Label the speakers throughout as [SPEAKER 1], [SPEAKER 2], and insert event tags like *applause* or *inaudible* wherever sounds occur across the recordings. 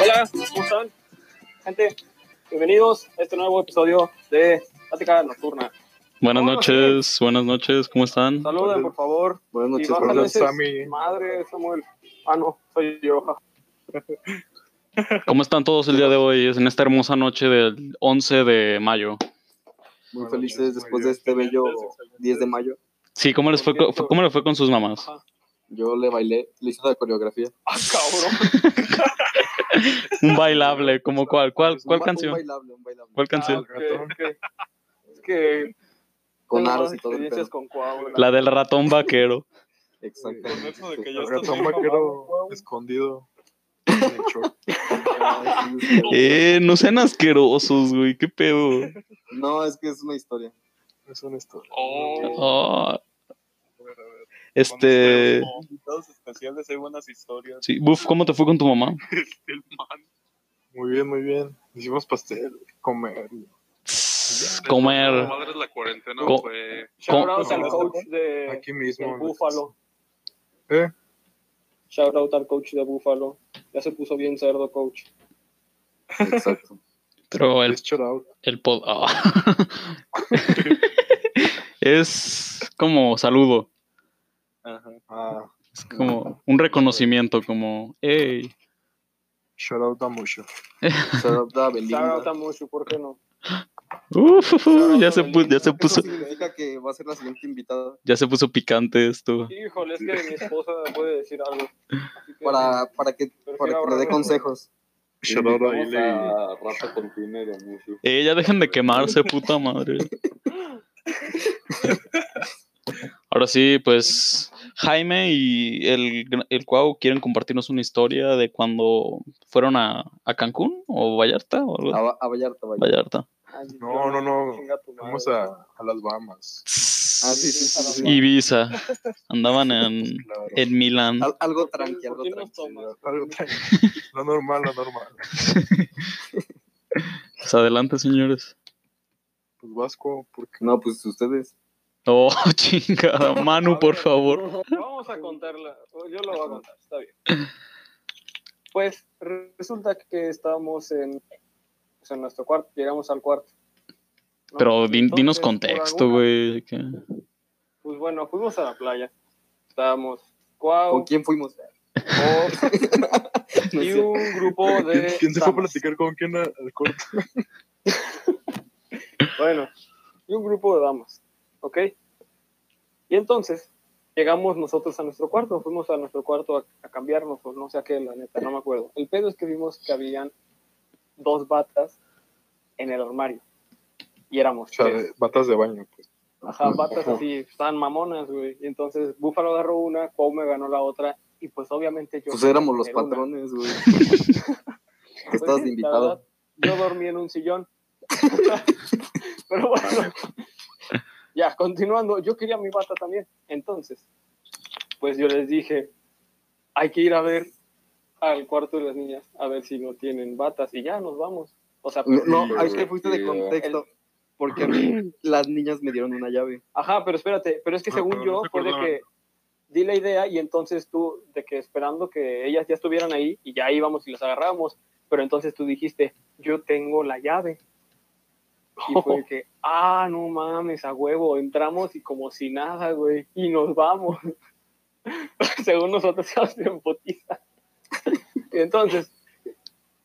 [SPEAKER 1] Hola, ¿cómo están? Gente, bienvenidos a este nuevo episodio de Plática Nocturna.
[SPEAKER 2] Buenas
[SPEAKER 1] Hola,
[SPEAKER 2] noches, buenas noches, ¿cómo están?
[SPEAKER 1] Saluden, por favor.
[SPEAKER 3] Buenas
[SPEAKER 1] Y
[SPEAKER 3] noches,
[SPEAKER 1] bájale
[SPEAKER 3] buenas
[SPEAKER 1] ese-
[SPEAKER 3] noches, Sammy.
[SPEAKER 1] Madre, Samuel. Ah, no, soy yo. *laughs*
[SPEAKER 2] ¿Cómo están todos el día de hoy? Es en esta hermosa noche del 11 de mayo.
[SPEAKER 3] Muy
[SPEAKER 4] Buenas
[SPEAKER 3] felices
[SPEAKER 4] noches,
[SPEAKER 3] después
[SPEAKER 4] pues, muy
[SPEAKER 3] de este bello
[SPEAKER 1] Excelentes.
[SPEAKER 3] 10 de mayo.
[SPEAKER 2] Sí, ¿cómo les fue, co- fue- cómo les fue con sus mamás?
[SPEAKER 3] Yo le bailé, le hice la coreografía.
[SPEAKER 1] Ah, cabrón.
[SPEAKER 3] *laughs*
[SPEAKER 2] Un bailable, como cuál, cuál, cuál
[SPEAKER 3] Un ba-
[SPEAKER 2] canción,
[SPEAKER 3] Un bailable, un bailable.
[SPEAKER 2] cuál canción.
[SPEAKER 1] Ah, ok, ok. Es que
[SPEAKER 3] Con
[SPEAKER 1] tengo
[SPEAKER 3] aros y
[SPEAKER 1] malas
[SPEAKER 3] todo el
[SPEAKER 1] experiencias
[SPEAKER 3] pedo.
[SPEAKER 1] con Coahuila.
[SPEAKER 2] La del ratón
[SPEAKER 3] *laughs*
[SPEAKER 2] vaquero.
[SPEAKER 3] Exacto.
[SPEAKER 4] Con eso de que ya
[SPEAKER 3] Sí.
[SPEAKER 4] estás
[SPEAKER 3] Ratón
[SPEAKER 4] bien mamado, escondido. en el short. *laughs*
[SPEAKER 3] Ah, sí, sí, sí.
[SPEAKER 2] Eh, no sean asquerosos, güey, qué pedo.
[SPEAKER 3] No, es que es una historia.
[SPEAKER 4] Es un esto.
[SPEAKER 1] Oh.
[SPEAKER 2] Ah,
[SPEAKER 4] Bueno, a ver, cuando
[SPEAKER 2] este,
[SPEAKER 4] estemos con invitados especiales hay buenas
[SPEAKER 5] *laughs*
[SPEAKER 4] historias.
[SPEAKER 2] sí, Buf, ¿cómo te fue con tu mamá?
[SPEAKER 4] El man. Muy bien, muy bien. Hicimos pastel, comer.
[SPEAKER 2] Tss, Comer.
[SPEAKER 5] Madre la cuarentena
[SPEAKER 2] Co-
[SPEAKER 5] fue.
[SPEAKER 1] Shout out
[SPEAKER 4] ¿Cómo?
[SPEAKER 1] al coach de
[SPEAKER 4] Aquí mismo.
[SPEAKER 1] del
[SPEAKER 4] en la
[SPEAKER 1] Búfalo.
[SPEAKER 4] casa. ¿Eh?
[SPEAKER 1] Shout out al coach de Búfalo. Ya se puso bien cerdo, coach.
[SPEAKER 3] Exacto.
[SPEAKER 2] Pero el,
[SPEAKER 4] Es shout out.
[SPEAKER 2] el pod. ah. *laughs* es como saludo.
[SPEAKER 4] Ah,
[SPEAKER 2] Es como un reconocimiento, como, hey.
[SPEAKER 4] shout out a mucho.
[SPEAKER 3] Shout out a
[SPEAKER 1] Shout out a
[SPEAKER 3] Belinda.
[SPEAKER 1] Mushu, ¿por qué no?
[SPEAKER 2] Uf, uf, uf, Uh, ya,
[SPEAKER 1] Shout
[SPEAKER 2] se
[SPEAKER 1] out a
[SPEAKER 2] puso, ya, se
[SPEAKER 1] Belinda.
[SPEAKER 2] puso,
[SPEAKER 3] *laughs* Eso significa que va a ser la siguiente invitada.
[SPEAKER 2] ya se puso picante esto.
[SPEAKER 1] Híjole, es que mi esposa puede decir algo. Así que
[SPEAKER 3] Para, para que,
[SPEAKER 1] prefiero
[SPEAKER 3] para que le dé
[SPEAKER 1] ahorrarme.
[SPEAKER 3] consejos.
[SPEAKER 4] Shout out a Ile y-
[SPEAKER 5] Rafa Contine de Mushu.
[SPEAKER 2] Eh, ya dejen de quemarse, puta
[SPEAKER 3] *laughs*
[SPEAKER 2] madre. Ahora sí, pues Jaime y el, gr- el Cuau quieren compartirnos una historia de cuando fueron a, a Cancún o Vallarta o algo.
[SPEAKER 3] A, Ba- a Vallarta, Vallarta.
[SPEAKER 2] Vallarta.
[SPEAKER 1] Ay,
[SPEAKER 4] No,
[SPEAKER 1] Dios,
[SPEAKER 4] no, no.
[SPEAKER 1] chinga tu madre.
[SPEAKER 4] Vamos a, a las Bahamas.
[SPEAKER 3] Ah, sí, sí, sí, sí.
[SPEAKER 2] Ibiza. Andaban en,
[SPEAKER 4] Claro.
[SPEAKER 2] en Milán.
[SPEAKER 3] Al- algo
[SPEAKER 1] ¿Por qué-
[SPEAKER 3] tranqui,
[SPEAKER 1] por
[SPEAKER 3] algo
[SPEAKER 1] qué nos
[SPEAKER 3] tranqui.
[SPEAKER 1] tomas?
[SPEAKER 4] *laughs* Algo tan- Lo normal, lo normal.
[SPEAKER 2] Pues adelante, señores.
[SPEAKER 4] Pues Vasco, porque
[SPEAKER 3] No, pues ustedes.
[SPEAKER 2] Oh, *laughs* chingada. Manu,
[SPEAKER 1] A
[SPEAKER 2] por
[SPEAKER 1] ver,
[SPEAKER 2] favor.
[SPEAKER 1] Vamos a contarla. Yo lo voy a contar, está bien. Pues re- resulta que estábamos en, pues, en nuestro cuarto, llegamos al cuarto. ¿no?
[SPEAKER 2] Pero din- dinos
[SPEAKER 1] Entonces, por
[SPEAKER 2] contexto,
[SPEAKER 1] alguna-
[SPEAKER 2] güey. que-
[SPEAKER 1] Pues bueno, fuimos a la playa. Estábamos Cuau,
[SPEAKER 3] ¿Con quién fuimos? *laughs*
[SPEAKER 1] Cos
[SPEAKER 3] No
[SPEAKER 1] y
[SPEAKER 3] sé.
[SPEAKER 1] un grupo de.
[SPEAKER 4] ¿quién se fue a
[SPEAKER 1] damas.
[SPEAKER 4] platicar con quién al al *laughs* corte?
[SPEAKER 1] Bueno, y un grupo de damas, ¿ok? Y entonces llegamos nosotros a nuestro cuarto, fuimos a nuestro cuarto a, a cambiarnos, o no sé a qué, la neta, no me acuerdo. El pedo es que vimos que habían dos batas en el armario. Y éramos
[SPEAKER 4] O sea,
[SPEAKER 1] tres.
[SPEAKER 4] de- batas de baño, pues.
[SPEAKER 1] Ajá, batas así, están mamonas, güey. Y entonces Búfalo agarró una, Cuau me ganó la otra, y pues obviamente yo...
[SPEAKER 3] Pues éramos los
[SPEAKER 1] era una. *laughs*
[SPEAKER 3] patrones, güey. *laughs* que
[SPEAKER 1] Pues
[SPEAKER 3] estabas
[SPEAKER 1] sí,
[SPEAKER 3] de
[SPEAKER 1] la
[SPEAKER 3] invitado.
[SPEAKER 1] verdad, yo dormí en un sillón. *laughs* Pero bueno. Ya, continuando, yo quería mi bata también. Entonces, pues yo les dije, hay que ir a ver al cuarto de las niñas, a ver si no tienen batas y ya nos vamos. O sea, pues,
[SPEAKER 3] No,
[SPEAKER 5] Sí,
[SPEAKER 3] ahí te
[SPEAKER 5] güey,
[SPEAKER 3] fuiste
[SPEAKER 5] sí,
[SPEAKER 3] de
[SPEAKER 5] güey.
[SPEAKER 3] contexto. Porque
[SPEAKER 1] *coughs*
[SPEAKER 3] a mí las niñas me dieron una llave.
[SPEAKER 1] ajá, pero espérate, pero es que
[SPEAKER 4] No,
[SPEAKER 1] según
[SPEAKER 4] Ah, pero no
[SPEAKER 1] yo
[SPEAKER 4] se
[SPEAKER 1] fue de
[SPEAKER 4] acordaban.
[SPEAKER 1] que di la idea y entonces tú, de que esperando que ellas ya estuvieran ahí y ya íbamos y las agarrábamos, pero entonces tú dijiste, yo tengo la llave. Y fue
[SPEAKER 4] *laughs*
[SPEAKER 1] que, ah, no mames, a huevo, entramos y como si nada, güey, y nos vamos. *laughs* Según nosotros, se hacen potiza. Y *laughs* entonces,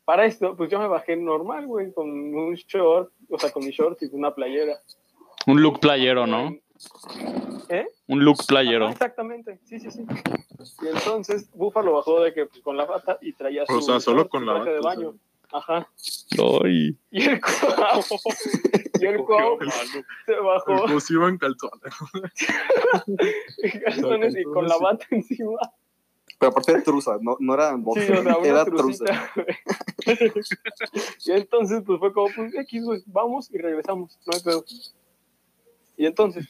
[SPEAKER 1] para esto, pues yo me bajé normal, güey, con un short, o sea, con mi short y una playera.
[SPEAKER 2] Un look playero, ¿no?
[SPEAKER 1] Güey, ¿Eh?
[SPEAKER 2] Un look playero.
[SPEAKER 1] Ajá, exactamente, sí, sí, sí. Y entonces, Búfalo bajó de que pues, con la bata y traía su.
[SPEAKER 4] O sea, solo
[SPEAKER 1] su
[SPEAKER 4] con la
[SPEAKER 1] traje de
[SPEAKER 4] bata,
[SPEAKER 1] baño. Ajá. *laughs*
[SPEAKER 2] Ay.
[SPEAKER 1] Y el cuau. y el cuau se bajó. *laughs*
[SPEAKER 4] Como si iban calzones.
[SPEAKER 1] Y calzones y con la bata encima.
[SPEAKER 3] Pero aparte de truza, no, no era en
[SPEAKER 1] Sí,
[SPEAKER 3] boxer,
[SPEAKER 1] o sea, una
[SPEAKER 3] era truza.
[SPEAKER 1] trucita, güey. *laughs* y entonces, pues fue como, pues, X, güey, vamos y regresamos, no hay pedo. Y entonces,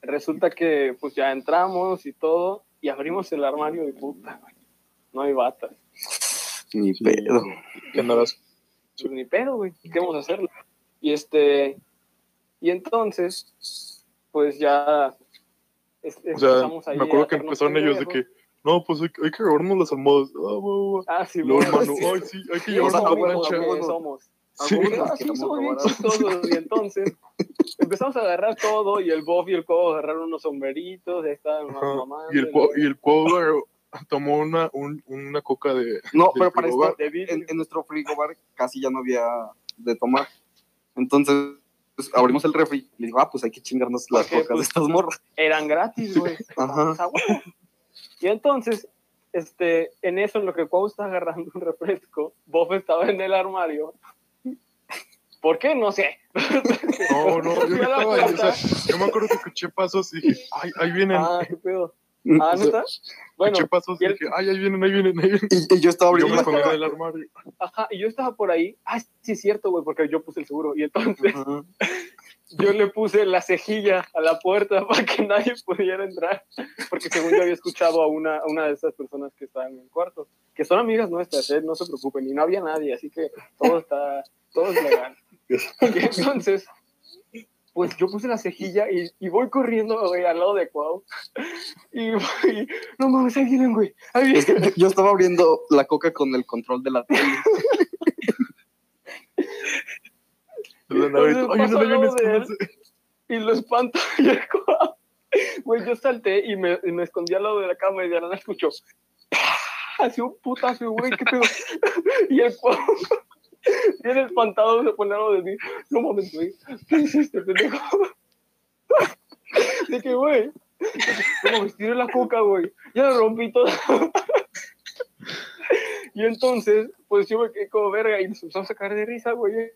[SPEAKER 1] resulta que, pues, ya entramos y todo, y abrimos el armario y puta, güey, no hay bata.
[SPEAKER 3] *laughs* Ni pedo.
[SPEAKER 4] Que no eras
[SPEAKER 1] Pues, ni pedo, güey, ¿qué vamos a hacer? Y este, y entonces, pues ya. es-
[SPEAKER 4] O sea,
[SPEAKER 1] empezamos ahí
[SPEAKER 4] me acuerdo
[SPEAKER 1] a
[SPEAKER 4] que
[SPEAKER 1] hacernos
[SPEAKER 4] empezaron ellos de
[SPEAKER 1] pendejos.
[SPEAKER 4] que, No, pues hay, hay que llevarnos las almohadas. Ah, va, va, va.
[SPEAKER 1] Ah, sí,
[SPEAKER 4] Y Luego,
[SPEAKER 1] bueno,
[SPEAKER 4] hermano,
[SPEAKER 1] sí.
[SPEAKER 4] ay, sí, hay que
[SPEAKER 1] Yo
[SPEAKER 4] llevarnos
[SPEAKER 3] sea,
[SPEAKER 4] la
[SPEAKER 1] somos,
[SPEAKER 3] buena
[SPEAKER 1] lo
[SPEAKER 4] borracha.
[SPEAKER 1] que
[SPEAKER 3] chava, ¿no?
[SPEAKER 1] somos.
[SPEAKER 4] Sí.
[SPEAKER 3] Algunos
[SPEAKER 1] Ah,
[SPEAKER 3] nos
[SPEAKER 1] sí,
[SPEAKER 3] quedamos
[SPEAKER 1] somos bien
[SPEAKER 3] acabadas.
[SPEAKER 1] chistosos. Y entonces empezamos a agarrar todo y el Bob y el Cobo agarraron unos sombreritos, ahí estaban
[SPEAKER 4] Ajá.
[SPEAKER 1] mamando.
[SPEAKER 4] Y el, cua- y el cuadro *laughs* tomó una, un- una coca de.
[SPEAKER 3] No, pero para
[SPEAKER 4] frigobar.
[SPEAKER 3] esto,
[SPEAKER 1] De vidrio.
[SPEAKER 3] en, en nuestro frigobar casi ya no había de tomar. Entonces, pues, abrimos el refri. Le digo, ah, pues hay que chingarnos las
[SPEAKER 1] Porque,
[SPEAKER 3] cocas de
[SPEAKER 1] pues, Ah,
[SPEAKER 3] estas morras.
[SPEAKER 1] Eran gratis, güey.
[SPEAKER 3] Ajá.
[SPEAKER 1] O sea, bueno. Y entonces, este, en eso, en lo que Cuau está agarrando un refresco, Bob estaba en el armario. ¿Por qué? No sé.
[SPEAKER 4] No, no,
[SPEAKER 1] *laughs*
[SPEAKER 4] yo
[SPEAKER 1] Fui
[SPEAKER 4] no
[SPEAKER 1] a la
[SPEAKER 4] estaba ahí. O
[SPEAKER 1] puerta.
[SPEAKER 4] sea, yo me acuerdo que escuché pasos y dije, ay, ahí vienen.
[SPEAKER 1] Ah, qué pedo. Ah,
[SPEAKER 4] *laughs*
[SPEAKER 3] Y,
[SPEAKER 1] ¿no está? Bueno,
[SPEAKER 4] escuché pasos
[SPEAKER 1] y
[SPEAKER 4] y
[SPEAKER 1] el-
[SPEAKER 4] dije, ay, ahí vienen, ahí vienen, ahí vienen.
[SPEAKER 3] y yo estaba
[SPEAKER 4] Y
[SPEAKER 3] abriendo
[SPEAKER 4] Yo me
[SPEAKER 3] la
[SPEAKER 1] estaba-
[SPEAKER 4] escondí
[SPEAKER 3] coca.
[SPEAKER 4] del armario.
[SPEAKER 1] ajá, y yo estaba por ahí. Ah, sí, es cierto, güey, porque yo puse el seguro. Y entonces
[SPEAKER 3] Ajá.
[SPEAKER 1] yo le puse la cejilla a la puerta *laughs* para que nadie pudiera entrar, porque según yo había escuchado a una, a una de esas personas que estaban en el cuarto, que son amigas nuestras, ¿eh? no se preocupen, y no había nadie, así que todo está, todo es legal. Y entonces, pues yo puse la cejilla y, y voy corriendo, güey, al lado de Cuau, y, voy, no mames, ahí vienen, güey, ahí
[SPEAKER 3] Es
[SPEAKER 1] vienen.
[SPEAKER 3] que Yo estaba abriendo la coca con el control de la tele.
[SPEAKER 4] El armario,
[SPEAKER 1] Entonces,
[SPEAKER 4] Ay, vienen, ahí
[SPEAKER 1] pasó al lado
[SPEAKER 4] vienen.
[SPEAKER 1] de y lo espanto *laughs* y el cuau- Güey, yo salté y me, y me escondí al lado de la cama y de la nada escuchó. Así un putazo, güey, qué pedo. *laughs* Y el cuau, bien espantado, se pone al lado de mí. No mames, güey, ¿qué hiciste, pendejo? *laughs* De que, güey, como tiré la coca, güey. Ya la rompí toda. *laughs* Y entonces, pues yo me quedé como verga y nos empezamos a sacar de risa, güey.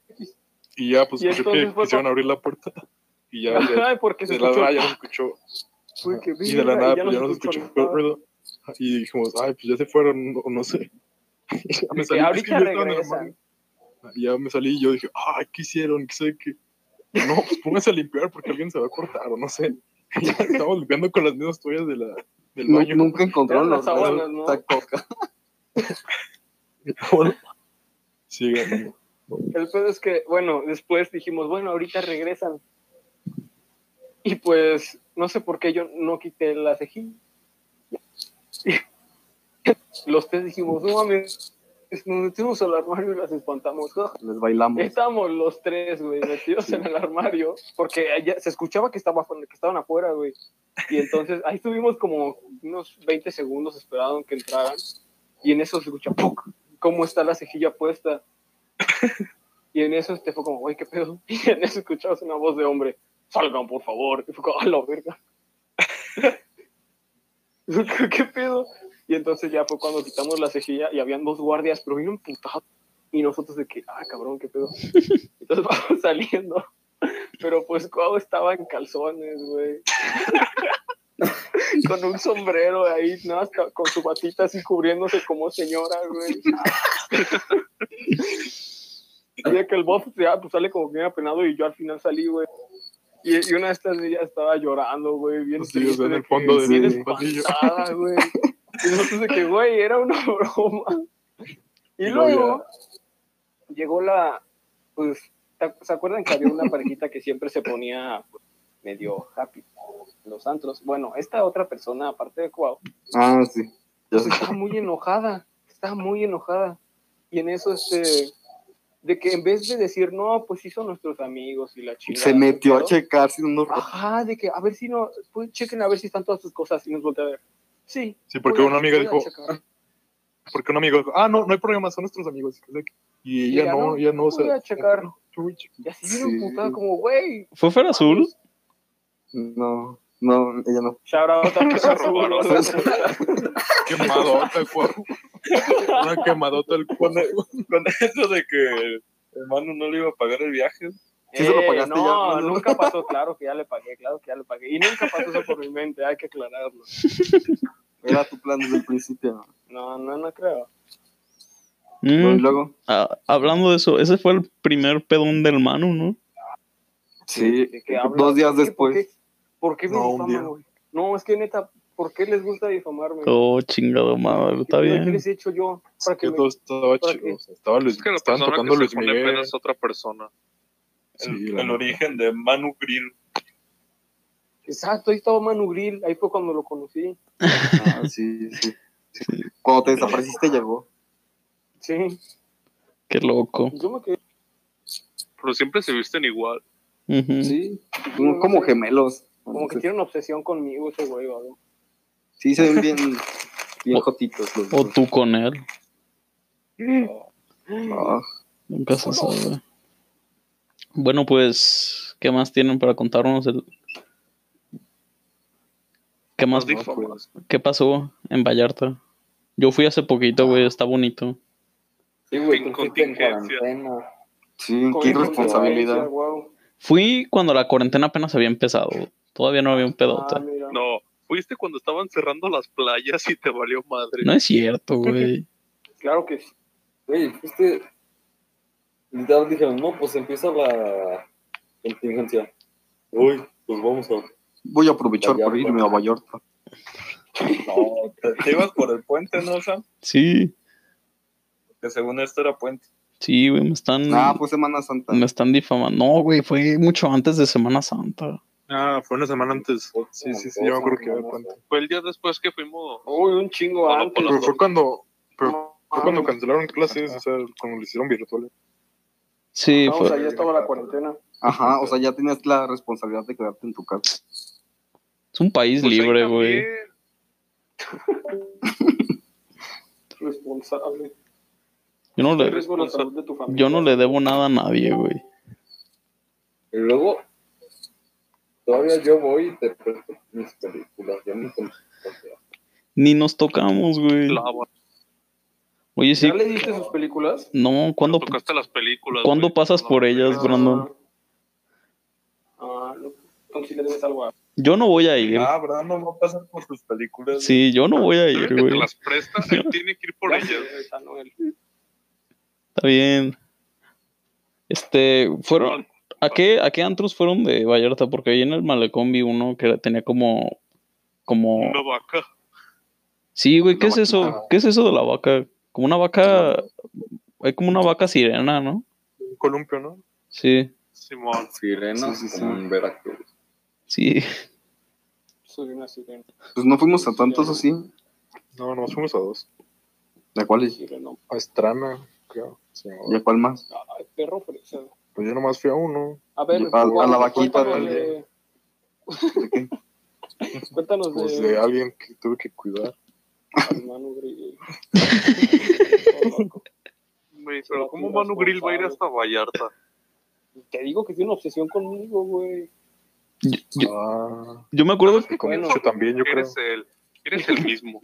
[SPEAKER 4] Y ya, pues
[SPEAKER 1] Y
[SPEAKER 4] escuché
[SPEAKER 1] entonces
[SPEAKER 4] que
[SPEAKER 1] fue
[SPEAKER 4] quisieron
[SPEAKER 1] pa-
[SPEAKER 4] abrir la puerta. Y ya,
[SPEAKER 1] *laughs*
[SPEAKER 4] ya.
[SPEAKER 1] Ay, porque se
[SPEAKER 4] De la
[SPEAKER 1] escuchó
[SPEAKER 4] nada ya no se escuchó.
[SPEAKER 1] Güey, qué
[SPEAKER 4] Y de
[SPEAKER 1] verga,
[SPEAKER 4] la nada,
[SPEAKER 1] ya
[SPEAKER 4] pues ya no se
[SPEAKER 1] escuchó
[SPEAKER 4] escuchó el
[SPEAKER 1] nada.
[SPEAKER 4] ruido. Y dijimos, ay, pues ya se fueron, no, no sé. Y ya
[SPEAKER 1] De que
[SPEAKER 4] es
[SPEAKER 1] ahorita
[SPEAKER 4] que yo estaba en el
[SPEAKER 1] regresan.
[SPEAKER 4] armario. Y ya me salí y yo dije, ay, ¿qué hicieron? ¿Qué sé qué? No, pues pónganse a limpiar porque alguien se va a cortar o no sé. *laughs* Y ya estábamos limpiando con las mismas toallas de la, del
[SPEAKER 3] Nu-
[SPEAKER 4] baño.
[SPEAKER 3] Nunca encontraron
[SPEAKER 1] Eran
[SPEAKER 3] los
[SPEAKER 1] las abuelas, ¿no?
[SPEAKER 3] esta coca.
[SPEAKER 4] Sí, ganamos.
[SPEAKER 1] El pedo es que, bueno, después dijimos, bueno, ahorita regresan. Y pues, no sé por qué yo no quité la cejilla. *laughs* Los tres dijimos, no mames, nos metimos al armario y las espantamos. *laughs*
[SPEAKER 3] Les bailamos.
[SPEAKER 1] Estamos los tres, güey, metidos en el armario, porque allá se escuchaba que, estaba, que estaban afuera, güey. Y entonces ahí estuvimos como unos 20 segundos esperando que entraran. Y en eso se escucha, ¡puc! ¿Cómo está la cejilla puesta? Y en eso este fue como, güey, ¿qué pedo? *laughs* Y en eso escuchabas una voz de hombre, salgan, por favor. Y fue como, a la verga. *laughs* ¿Qué- ¿Qué pedo? Y entonces ya fue cuando quitamos la cejilla y habían dos guardias, pero bien putados. Y nosotros de que, ah, cabrón, qué pedo. Entonces vamos saliendo. Pero pues Cuau estaba en calzones, güey. con un sombrero ahí, ¿no? Hasta con su batita así cubriéndose como señora, güey. Y de que el boss ya, pues, sale como bien apenado y yo al final salí, güey. Y, y una de estas niñas estaba llorando, güey, bien
[SPEAKER 4] Pues Sí, o sea, en
[SPEAKER 1] de
[SPEAKER 4] el
[SPEAKER 1] que-
[SPEAKER 4] fondo del
[SPEAKER 1] bien
[SPEAKER 4] del pasillo.
[SPEAKER 1] espantada, güey. Y nosotros de que, güey, era una *laughs* broma. Y
[SPEAKER 4] Y
[SPEAKER 1] luego
[SPEAKER 4] luego
[SPEAKER 1] llegó la, pues, ¿te- ¿se acuerdan que había una parejita que siempre se ponía pues, medio happy? Los antros. Bueno, esta otra persona, aparte de Cuau,
[SPEAKER 3] Ah, sí. Ya sé.
[SPEAKER 1] estaba muy enojada, estaba muy enojada. Y en eso, este, de que en vez de decir, no, pues sí son nuestros amigos y la chica.
[SPEAKER 3] Se metió a checar si no nos
[SPEAKER 1] Ajá, de que a ver si no, pues chequen a ver si están todas sus cosas y nos voltea a ver. Sí.
[SPEAKER 4] Sí, porque
[SPEAKER 1] voy a-
[SPEAKER 4] una amiga
[SPEAKER 1] voy a
[SPEAKER 4] dijo, "Ah,
[SPEAKER 1] checar.
[SPEAKER 4] porque un amigo dijo, ah, no, no hay problema, son nuestros amigos. Y
[SPEAKER 1] Y
[SPEAKER 4] ella
[SPEAKER 1] ya no,
[SPEAKER 4] no, ella no, o sea.
[SPEAKER 1] voy a
[SPEAKER 4] *laughs*
[SPEAKER 1] checar.
[SPEAKER 4] yo voy a checar.
[SPEAKER 1] Y así bien
[SPEAKER 3] Sí.
[SPEAKER 1] emputada, como, güey.
[SPEAKER 2] ¿Fue Fer Azul?
[SPEAKER 3] No, no, ella no.
[SPEAKER 1] Shout out a que se robaron.
[SPEAKER 4] Quemadota,
[SPEAKER 1] *laughs*
[SPEAKER 4] cuerpo. Una quemadota el cuerpo.
[SPEAKER 5] Cuando, cuando eso de que el hermano no le iba a pagar el viaje,
[SPEAKER 3] Sí se lo pagaste
[SPEAKER 1] Eh, no,
[SPEAKER 3] ya, ¿no?
[SPEAKER 1] nunca pasó, claro que ya le pagué, claro que ya le pagué. Y nunca pasó eso por mi mente, hay que aclararlo.
[SPEAKER 3] Era tu plan desde el principio.
[SPEAKER 1] No, no, no creo. pues,
[SPEAKER 3] Bueno,
[SPEAKER 2] *laughs*
[SPEAKER 3] y
[SPEAKER 2] Mm,
[SPEAKER 3] luego,
[SPEAKER 2] ah, hablando de eso, ese fue el primer pedón del Manu, ¿no?
[SPEAKER 3] sí,
[SPEAKER 1] ¿De qué hablas?
[SPEAKER 3] dos días
[SPEAKER 1] ¿Por qué-
[SPEAKER 3] después.
[SPEAKER 1] ¿Por qué, por qué me
[SPEAKER 4] No, un día.
[SPEAKER 1] difaman, güey? No, es que neta, ¿por qué les gusta difamarme?
[SPEAKER 2] Oh, chingado madre, está
[SPEAKER 1] ¿Qué- ¿Qué
[SPEAKER 2] bien.
[SPEAKER 1] les he hecho yo para que
[SPEAKER 4] Que
[SPEAKER 1] me...
[SPEAKER 4] todo estaba
[SPEAKER 1] ¿Para qué?
[SPEAKER 4] chido. o sea, Estaba Luis,
[SPEAKER 5] es que la
[SPEAKER 4] estaban
[SPEAKER 5] persona
[SPEAKER 4] tocando
[SPEAKER 5] que
[SPEAKER 4] Luis
[SPEAKER 5] se pone pena
[SPEAKER 4] Miguel.
[SPEAKER 5] es otra persona.
[SPEAKER 4] Sí,
[SPEAKER 5] el
[SPEAKER 4] la
[SPEAKER 5] el
[SPEAKER 4] neta.
[SPEAKER 5] origen de Manu Grill.
[SPEAKER 1] Exacto, ahí estaba Manu Grill, ahí fue cuando lo conocí.
[SPEAKER 3] Ah, sí, sí, sí. Cuando te desapareciste llegó.
[SPEAKER 1] Sí,
[SPEAKER 2] Qué loco.
[SPEAKER 1] yo me quedé.
[SPEAKER 5] Pero siempre se visten igual.
[SPEAKER 2] Ujú.
[SPEAKER 3] Sí. Como gemelos.
[SPEAKER 1] Como que tiene una obsesión conmigo ese güey, ¿vale?
[SPEAKER 3] Sí, se
[SPEAKER 1] *laughs*
[SPEAKER 3] ven bien, bien jotitos los
[SPEAKER 2] O
[SPEAKER 3] dos.
[SPEAKER 2] tú con él.
[SPEAKER 3] Ah,
[SPEAKER 2] Nunca se sabe. Bueno, pues, ¿qué más tienen para contarnos? El... ¿Qué más?
[SPEAKER 5] Nos
[SPEAKER 3] no, pues.
[SPEAKER 2] ¿Qué pasó en Vallarta? Yo fui hace poquito, güey, está bonito.
[SPEAKER 4] pues,
[SPEAKER 6] Sí, güey,
[SPEAKER 5] Sin
[SPEAKER 6] tú fuiste en
[SPEAKER 5] contingencia.
[SPEAKER 6] cuarentena.
[SPEAKER 3] Sí, qué irresponsabilidad.
[SPEAKER 1] Wow.
[SPEAKER 2] Fui cuando la cuarentena apenas había empezado. Todavía no había un pedote.
[SPEAKER 1] Ah, mira.
[SPEAKER 5] No, fuiste cuando estaban cerrando las playas y te valió madre.
[SPEAKER 2] No es cierto, güey.
[SPEAKER 1] Claro que sí.
[SPEAKER 6] Güey, fuiste. Literal dijeron, no, pues empieza la contingencia. Uy, pues vamos a.
[SPEAKER 3] Voy a aprovechar para irme a Vallarta.
[SPEAKER 5] No, te, te ibas por el puente, ¿no, Sam?
[SPEAKER 2] Sí,
[SPEAKER 5] Que según esto era puente.
[SPEAKER 2] sí, güey, me están,
[SPEAKER 3] Ah, pues Semana Santa.
[SPEAKER 2] Mm. me están difamando. No, güey, fue mucho antes de Semana Santa.
[SPEAKER 4] Ah, fue una semana antes. Sí, sí, sí, yo me acuerdo que era puente.
[SPEAKER 5] Fue el día después que fuimos.
[SPEAKER 1] Uy, un chingo
[SPEAKER 5] Hola,
[SPEAKER 1] antes.
[SPEAKER 4] Pero fue cuando, pero fue cuando cancelaron clases, o sea, cuando lo hicieron virtual.
[SPEAKER 2] Sí,
[SPEAKER 1] No, o
[SPEAKER 2] fue.
[SPEAKER 1] sea, ya estaba la cuarentena.
[SPEAKER 3] Ajá, o sea, ya tenías la responsabilidad de quedarte en tu casa.
[SPEAKER 2] es un país
[SPEAKER 5] Pues ahí
[SPEAKER 2] libre,
[SPEAKER 5] también.
[SPEAKER 2] güey.
[SPEAKER 1] Responsable.
[SPEAKER 2] Yo no le,
[SPEAKER 1] Riesgo a la salud de tu familia.
[SPEAKER 2] yo no le debo nada a nadie, güey.
[SPEAKER 6] Y luego, todavía yo voy y te presto mis películas. Yo me
[SPEAKER 2] Ni nos tocamos, güey.
[SPEAKER 5] La- bueno,
[SPEAKER 2] Oye, sí.
[SPEAKER 1] ¿Ya le diste sus películas?
[SPEAKER 2] No, ¿cuándo,
[SPEAKER 5] tocaste las películas.
[SPEAKER 2] ¿cuándo
[SPEAKER 5] güey.
[SPEAKER 2] pasas por ellas, Brandon?
[SPEAKER 1] Ah, no. Entonces sí le debes algo a...
[SPEAKER 2] Yo no voy a ir.
[SPEAKER 5] Ah, Brandon no pasas por sus películas.
[SPEAKER 2] Sí, yo no voy a
[SPEAKER 5] güey.
[SPEAKER 2] ir,
[SPEAKER 5] Que te
[SPEAKER 2] güey.
[SPEAKER 5] las presta,
[SPEAKER 2] *laughs*
[SPEAKER 5] él tiene que ir por
[SPEAKER 1] Ya,
[SPEAKER 5] ellas.
[SPEAKER 1] güey, a Noel.
[SPEAKER 2] Está bien. Este, fueron. ¿A qué, ¿A qué antros fueron de Vallarta? Porque ahí en el Malecón vi uno que tenía como. como.
[SPEAKER 5] Una vaca.
[SPEAKER 2] Sí, güey, ¿qué
[SPEAKER 3] Una
[SPEAKER 2] es eso?
[SPEAKER 3] vaquita.
[SPEAKER 2] ¿Qué es eso de la vaca? Como una vaca. Hay como una vaca sirena, ¿no?
[SPEAKER 4] Un columpio, ¿no?
[SPEAKER 2] Sí,
[SPEAKER 5] Simón.
[SPEAKER 6] Sirena
[SPEAKER 3] Sí, sí, sí.
[SPEAKER 6] como en Veracruz.
[SPEAKER 2] sí.
[SPEAKER 1] Soy una sirena.
[SPEAKER 3] Pues no fuimos a tantos así.
[SPEAKER 4] No, nos fuimos a dos.
[SPEAKER 3] ¿De cuáles?
[SPEAKER 1] Sirena.
[SPEAKER 4] A Estrana, creo. Sí, no.
[SPEAKER 3] ¿De cuál más?
[SPEAKER 1] Ay, perro fresa.
[SPEAKER 4] Pues yo nomás fui a uno.
[SPEAKER 1] A ver,
[SPEAKER 3] A- a
[SPEAKER 1] Juan,
[SPEAKER 3] la vaquita
[SPEAKER 1] cuéntanos
[SPEAKER 4] del-
[SPEAKER 1] de-
[SPEAKER 3] ¿De qué?
[SPEAKER 1] *laughs* Cuéntanos
[SPEAKER 4] Pues
[SPEAKER 1] de...
[SPEAKER 4] de alguien que tuve que cuidar.
[SPEAKER 1] Manu
[SPEAKER 3] *laughs*
[SPEAKER 1] Grill.
[SPEAKER 5] Güey, pero
[SPEAKER 4] pues,
[SPEAKER 5] ¿cómo Manu Grill va a ir hasta Vallarta?
[SPEAKER 1] Te digo que tiene una obsesión conmigo, güey.
[SPEAKER 2] Yo, yo-
[SPEAKER 4] Ah,
[SPEAKER 2] yo me acuerdo,
[SPEAKER 4] y con
[SPEAKER 1] Bueno,
[SPEAKER 4] Nacho también, yo creo.
[SPEAKER 5] Eres el, eres
[SPEAKER 3] *laughs*
[SPEAKER 5] el mismo.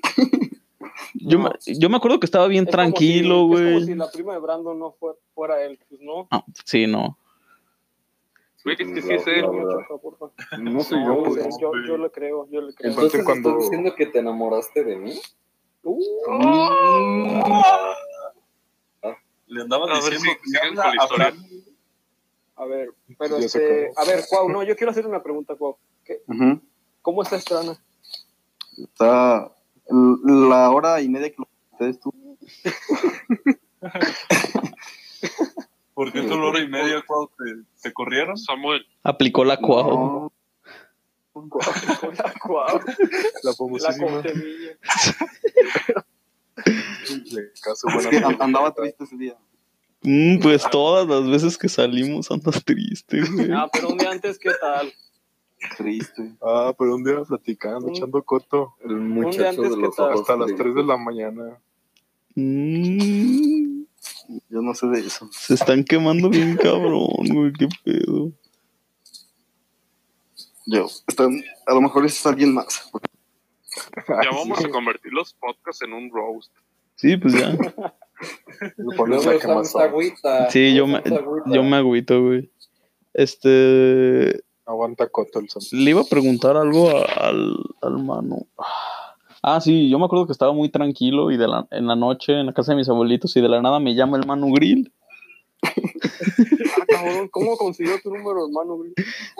[SPEAKER 2] yo, me- yo me acuerdo que estaba bien
[SPEAKER 1] Es como
[SPEAKER 2] tranquilo,
[SPEAKER 1] si- Es
[SPEAKER 2] güey.
[SPEAKER 1] como si la prima de Brandon no fue- fuera él. Pues no.
[SPEAKER 2] Ah, sí, no.
[SPEAKER 5] Güey, es que sí es él.
[SPEAKER 6] La verdad.
[SPEAKER 1] Choca, porfa.
[SPEAKER 3] No sé
[SPEAKER 1] No,
[SPEAKER 3] yo,
[SPEAKER 1] güey,
[SPEAKER 3] pues.
[SPEAKER 1] yo, yo le creo, yo le creo.
[SPEAKER 4] Entonces,
[SPEAKER 6] Entonces,
[SPEAKER 4] cuando-
[SPEAKER 6] ¿estás diciendo que te enamoraste de mí?
[SPEAKER 1] Uh,
[SPEAKER 5] Le andaban a ver si sigan
[SPEAKER 6] habla
[SPEAKER 5] con la historia.
[SPEAKER 1] a ver, pero
[SPEAKER 4] Ya se
[SPEAKER 1] este,
[SPEAKER 4] acabó.
[SPEAKER 1] a ver, Cuau, no, yo quiero hacer una pregunta, Cuau.
[SPEAKER 3] Ujú.
[SPEAKER 1] ¿Cómo está Estrana?
[SPEAKER 3] Está l- la hora y media que lo ustedes tú.
[SPEAKER 5] ¿Por qué solo hora y media cuando te, te corrieron? Samuel.
[SPEAKER 2] Aplicó la cuau.
[SPEAKER 3] No.
[SPEAKER 1] Hola, Cuau,
[SPEAKER 4] La
[SPEAKER 1] la
[SPEAKER 4] famosísima.
[SPEAKER 1] coctelilla.
[SPEAKER 4] de caso,
[SPEAKER 2] *laughs*
[SPEAKER 3] Es
[SPEAKER 4] buena
[SPEAKER 3] que
[SPEAKER 4] amiga.
[SPEAKER 3] andaba triste ese día.
[SPEAKER 2] Mm, pues todas las veces que salimos andas triste, güey.
[SPEAKER 1] Ah, pero un día antes, ¿qué tal?
[SPEAKER 3] Triste.
[SPEAKER 4] Ah, pero un día platicando, echando coto.
[SPEAKER 6] El
[SPEAKER 1] día
[SPEAKER 6] muchacho
[SPEAKER 1] antes
[SPEAKER 6] de
[SPEAKER 1] que
[SPEAKER 6] los
[SPEAKER 1] tal.
[SPEAKER 6] ojos.
[SPEAKER 4] Hasta las
[SPEAKER 6] de-
[SPEAKER 4] 3 de la mañana.
[SPEAKER 2] Mm,
[SPEAKER 3] Yo no sé de eso.
[SPEAKER 2] se están quemando bien cabrón, güey, qué pedo.
[SPEAKER 3] Yo. están- a lo mejor es alguien más. Ah,
[SPEAKER 5] Ya vamos a convertir los podcasts en un roast.
[SPEAKER 2] Sí, pues ya.
[SPEAKER 4] Lo pones
[SPEAKER 6] Luego
[SPEAKER 4] a
[SPEAKER 6] está
[SPEAKER 4] quemar
[SPEAKER 6] esa agüita.
[SPEAKER 2] Sí, yo me,
[SPEAKER 6] Ah, Esa agüita.
[SPEAKER 2] yo me agüito, güey. Este,
[SPEAKER 4] Aguanta coto el sol.
[SPEAKER 2] le iba a preguntar algo a- al, al mano. Ah, sí, yo me acuerdo que estaba muy tranquilo y de la, en la noche en la casa de mis abuelitos y de la nada me llama el Manu Grill.
[SPEAKER 1] Ah, cabrón, ¿cómo consiguió tu número, hermano? güey?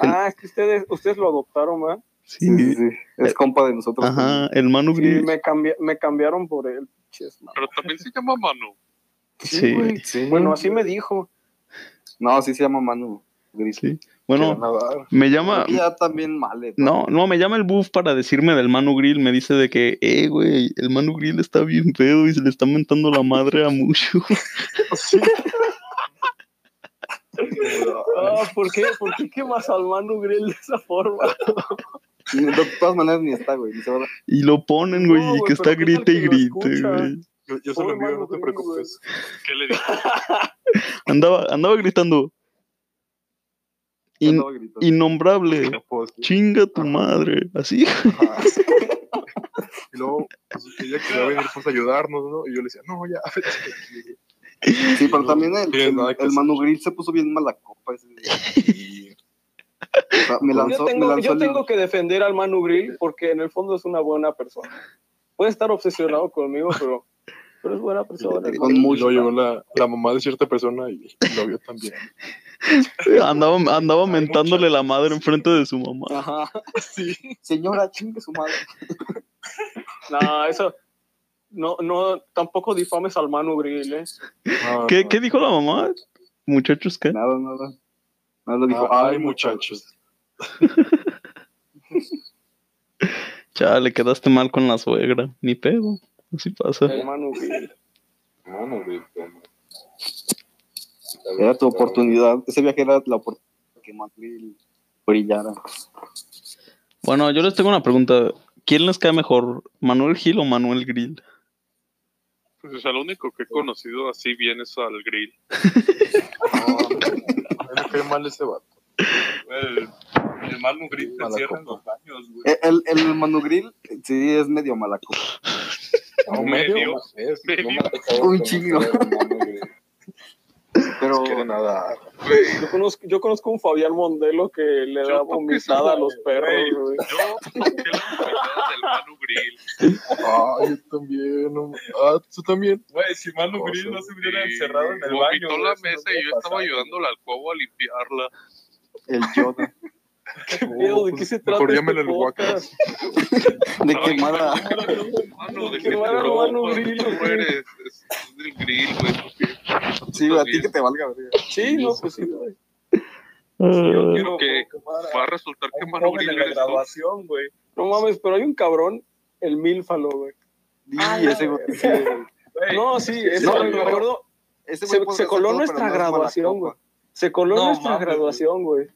[SPEAKER 1] Ah, es que ustedes, ustedes lo adoptaron, ¿verdad?
[SPEAKER 2] Sí,
[SPEAKER 3] Sí, sí, sí. Es compa de nosotros.
[SPEAKER 2] ajá, el Manu
[SPEAKER 1] Sí,
[SPEAKER 2] Grill.
[SPEAKER 1] me, cambia- me cambiaron por él. Ches, madre.
[SPEAKER 5] Pero también se llama Manu.
[SPEAKER 2] Sí,
[SPEAKER 3] Sí.
[SPEAKER 1] Bueno, así me dijo.
[SPEAKER 3] No, así se llama Manu Gris.
[SPEAKER 2] sí.
[SPEAKER 4] Bueno,
[SPEAKER 2] Bueno, me llama.
[SPEAKER 3] Y ya también eh, male.
[SPEAKER 2] No, no, me llama el buff para decirme del Manu Grill. Me dice de que, eh, güey, el Manu Grill está bien pedo y se le está mentando la madre a Mushu.
[SPEAKER 1] Ah, ¿por qué? ¿Por qué quemas al Manu Grill de esa forma?
[SPEAKER 3] De todas maneras ni está, güey. Ni se va a dar.
[SPEAKER 2] Y lo ponen, güey,
[SPEAKER 1] No,
[SPEAKER 2] y
[SPEAKER 1] güey,
[SPEAKER 2] que está
[SPEAKER 1] pero ¿qué tal
[SPEAKER 2] grite y
[SPEAKER 1] que lo
[SPEAKER 2] grite,
[SPEAKER 1] escucha?
[SPEAKER 2] güey.
[SPEAKER 4] yo, yo se lo
[SPEAKER 1] Pobre
[SPEAKER 4] envío, no
[SPEAKER 1] Manu
[SPEAKER 4] te
[SPEAKER 1] Grill,
[SPEAKER 4] preocupes. ¿Qué le dije?
[SPEAKER 2] Andaba, andaba gritando.
[SPEAKER 3] Ya
[SPEAKER 2] "In-
[SPEAKER 3] estaba gritando.
[SPEAKER 2] innombrable,
[SPEAKER 4] No puedo decir.
[SPEAKER 2] chinga tu madre. Así. *laughs*
[SPEAKER 4] Ajá. Y luego pues, ella
[SPEAKER 1] *laughs*
[SPEAKER 4] quería venir pues a ayudarnos, ¿no? Y yo le decía, no, ya, vete.
[SPEAKER 3] Sí, pero también el,
[SPEAKER 4] Tienes
[SPEAKER 3] el,
[SPEAKER 4] nada que
[SPEAKER 3] el
[SPEAKER 4] hacer.
[SPEAKER 3] Manu Grill se puso bien mala copa ese día.
[SPEAKER 4] Y-
[SPEAKER 3] O sea, me lanzó,
[SPEAKER 1] yo
[SPEAKER 3] me
[SPEAKER 1] tengo,
[SPEAKER 3] lanzó
[SPEAKER 1] yo
[SPEAKER 3] el-
[SPEAKER 1] tengo que defender al Manu Grill porque en el fondo es una buena persona. Puede estar obsesionado conmigo, pero, pero es buena persona.
[SPEAKER 3] *laughs* Con
[SPEAKER 1] güey.
[SPEAKER 4] Y
[SPEAKER 3] mucho.
[SPEAKER 4] luego llegó la, la mamá de cierta persona y lo vio
[SPEAKER 1] *laughs*
[SPEAKER 4] también.
[SPEAKER 2] Andaba, andaba mentándole la madre enfrente de su mamá.
[SPEAKER 3] *laughs*
[SPEAKER 1] Ajá.
[SPEAKER 3] Señora, chingue su madre.
[SPEAKER 1] No, eso. No, no, tampoco difames al Manu Grill, ¿eh?
[SPEAKER 4] No,
[SPEAKER 2] ¿Qué,
[SPEAKER 4] no.
[SPEAKER 2] qué dijo la mamá? Muchachos, ¿qué?
[SPEAKER 3] *laughs* Nada, nada. Nada dijo,
[SPEAKER 4] Ah,
[SPEAKER 3] ay,
[SPEAKER 4] ay, muchachos.
[SPEAKER 2] Chale, quedaste mal con la suegra. Ni pedo. Así pasa.
[SPEAKER 1] El Manu Grill.
[SPEAKER 6] No, no, güey, pero-
[SPEAKER 3] Era tu oportunidad. Ese viaje era la oportunidad que Madrid brillara.
[SPEAKER 2] Bueno, yo les tengo una pregunta. ¿Quién les cae mejor, Manuel Gil o Manuel Grill?
[SPEAKER 7] Pues, o sea, lo único que he conocido así bien es al
[SPEAKER 3] *laughs*
[SPEAKER 7] grill.
[SPEAKER 4] Me cae mal ese vato.
[SPEAKER 5] El, el Manu Grill te
[SPEAKER 4] Mala
[SPEAKER 5] cierran
[SPEAKER 4] copa.
[SPEAKER 5] los baños, güey.
[SPEAKER 3] Eh, El, el Manugril sí es medio malaco.
[SPEAKER 4] No,
[SPEAKER 7] Medio.
[SPEAKER 4] medio. más es,
[SPEAKER 7] Medio.
[SPEAKER 4] No me
[SPEAKER 3] Un chingo. Pero
[SPEAKER 4] quiere nada.
[SPEAKER 1] Yo conozco, yo conozco un Fabián Mondelo que le
[SPEAKER 7] Yo
[SPEAKER 1] da
[SPEAKER 7] toqué
[SPEAKER 1] vomitada
[SPEAKER 7] esa-
[SPEAKER 1] a los perros, güey.
[SPEAKER 7] Yo toqué las pegadas del Manu Grill.
[SPEAKER 1] *laughs*
[SPEAKER 4] Ah, yo también. no. Ah, tú también.
[SPEAKER 5] Güey, si Manu Grill no se hubiera encerrado en el baño.
[SPEAKER 7] vomitó
[SPEAKER 5] güey,
[SPEAKER 7] la
[SPEAKER 5] eso no
[SPEAKER 7] mesa y
[SPEAKER 5] hubiera
[SPEAKER 7] yo estaba
[SPEAKER 5] pasado.
[SPEAKER 7] ayudándole al cuavo a limpiarla.
[SPEAKER 3] el Yoda.
[SPEAKER 1] Diego, ¿de qué
[SPEAKER 4] pues,
[SPEAKER 1] se trata
[SPEAKER 4] Mejor
[SPEAKER 1] este
[SPEAKER 4] llámelo el
[SPEAKER 1] podcast?
[SPEAKER 4] Guacas.
[SPEAKER 3] De
[SPEAKER 7] Ay,
[SPEAKER 3] quemada.
[SPEAKER 7] Mano, de
[SPEAKER 1] Que
[SPEAKER 7] que te
[SPEAKER 1] vaya al Manu
[SPEAKER 7] preocupas,
[SPEAKER 1] Grill,
[SPEAKER 7] tú
[SPEAKER 1] güey.
[SPEAKER 7] eres es es del grill, güey. porque
[SPEAKER 3] Sí, güey, a ti que te valga, verga.
[SPEAKER 1] Sí, no, pues sí, güey.
[SPEAKER 7] Yo
[SPEAKER 2] Ah,
[SPEAKER 7] quiero que va a resultar que Manu
[SPEAKER 5] Joven
[SPEAKER 7] Grill
[SPEAKER 5] en la
[SPEAKER 7] eres tú.
[SPEAKER 5] graduación, güey.
[SPEAKER 1] No mames, pero hay un cabrón, el Milfalo, güey.
[SPEAKER 3] Y
[SPEAKER 1] Ay,
[SPEAKER 3] ese güey. sí, güey.
[SPEAKER 5] Güey,
[SPEAKER 1] Ah, No, sí, ese
[SPEAKER 3] No,
[SPEAKER 1] güey,
[SPEAKER 3] pero-
[SPEAKER 1] me acuerdo,
[SPEAKER 3] Ese
[SPEAKER 1] se,
[SPEAKER 3] güey puede
[SPEAKER 1] se
[SPEAKER 3] hacer
[SPEAKER 1] coló
[SPEAKER 3] todo, pero
[SPEAKER 1] nuestra
[SPEAKER 3] no es mala
[SPEAKER 1] graduación,
[SPEAKER 3] copa.
[SPEAKER 1] güey. Se coló
[SPEAKER 5] No
[SPEAKER 1] nuestra
[SPEAKER 5] mames,
[SPEAKER 1] graduación, güey.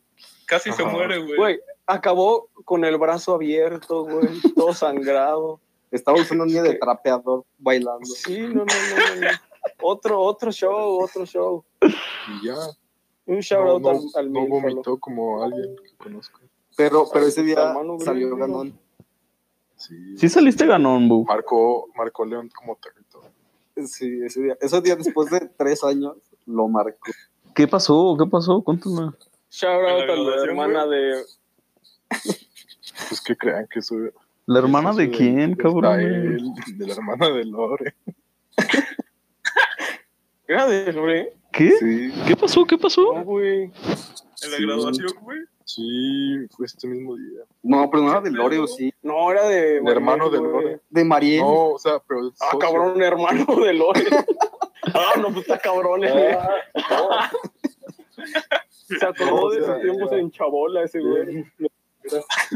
[SPEAKER 5] Casi se
[SPEAKER 4] Ajá.
[SPEAKER 5] muere, güey.
[SPEAKER 1] Güey, acabó con el brazo abierto, güey, todo sangrado.
[SPEAKER 3] Estaba usando un niño de trapeador bailando.
[SPEAKER 1] Sí, no, no, no, no, no. Otro, otro show, otro show.
[SPEAKER 4] Y ya.
[SPEAKER 1] Un shout
[SPEAKER 4] no,
[SPEAKER 1] out
[SPEAKER 4] no,
[SPEAKER 1] al, al
[SPEAKER 4] no
[SPEAKER 1] Milfalo.
[SPEAKER 4] vomitó como alguien que conozco.
[SPEAKER 3] Pero, pero ese día
[SPEAKER 1] Hermano,
[SPEAKER 3] salió
[SPEAKER 1] güey,
[SPEAKER 3] ganón.
[SPEAKER 4] Sí.
[SPEAKER 2] Sí saliste ganón, Bu.
[SPEAKER 4] Marcó, marcó León como territorio.
[SPEAKER 3] Sí, ese día. Esos días después de tres años lo marcó.
[SPEAKER 2] ¿Qué pasó? ¿Qué pasó? Cuéntame.
[SPEAKER 1] Shout
[SPEAKER 5] En la
[SPEAKER 1] out a la
[SPEAKER 5] graduación,
[SPEAKER 1] hermana de...
[SPEAKER 4] Pues que crean que soy.
[SPEAKER 2] ¿La hermana de quién, cabrón?
[SPEAKER 4] él, de la hermana de Lore.
[SPEAKER 1] Gracias, güey.
[SPEAKER 2] ¿Qué?
[SPEAKER 4] Sí,
[SPEAKER 2] ¿Qué pasó? ¿Qué pasó?
[SPEAKER 1] No, güey.
[SPEAKER 5] En la
[SPEAKER 4] sí.
[SPEAKER 5] graduación, güey.
[SPEAKER 4] sí, fue este mismo día.
[SPEAKER 3] No, pero no era de Lore, ¿o sí.
[SPEAKER 1] No, era de...
[SPEAKER 4] El hermano de
[SPEAKER 1] güey.
[SPEAKER 4] Lore.
[SPEAKER 3] De Mariel.
[SPEAKER 4] No, o sea, pero. el
[SPEAKER 1] Ah,
[SPEAKER 4] socio.
[SPEAKER 1] cabrón, hermano de Lore.
[SPEAKER 4] *laughs*
[SPEAKER 1] ah, no, pues está cabrón, eh.
[SPEAKER 4] Ah,
[SPEAKER 1] Se acordó de sus tiempos en Chabola ese güey.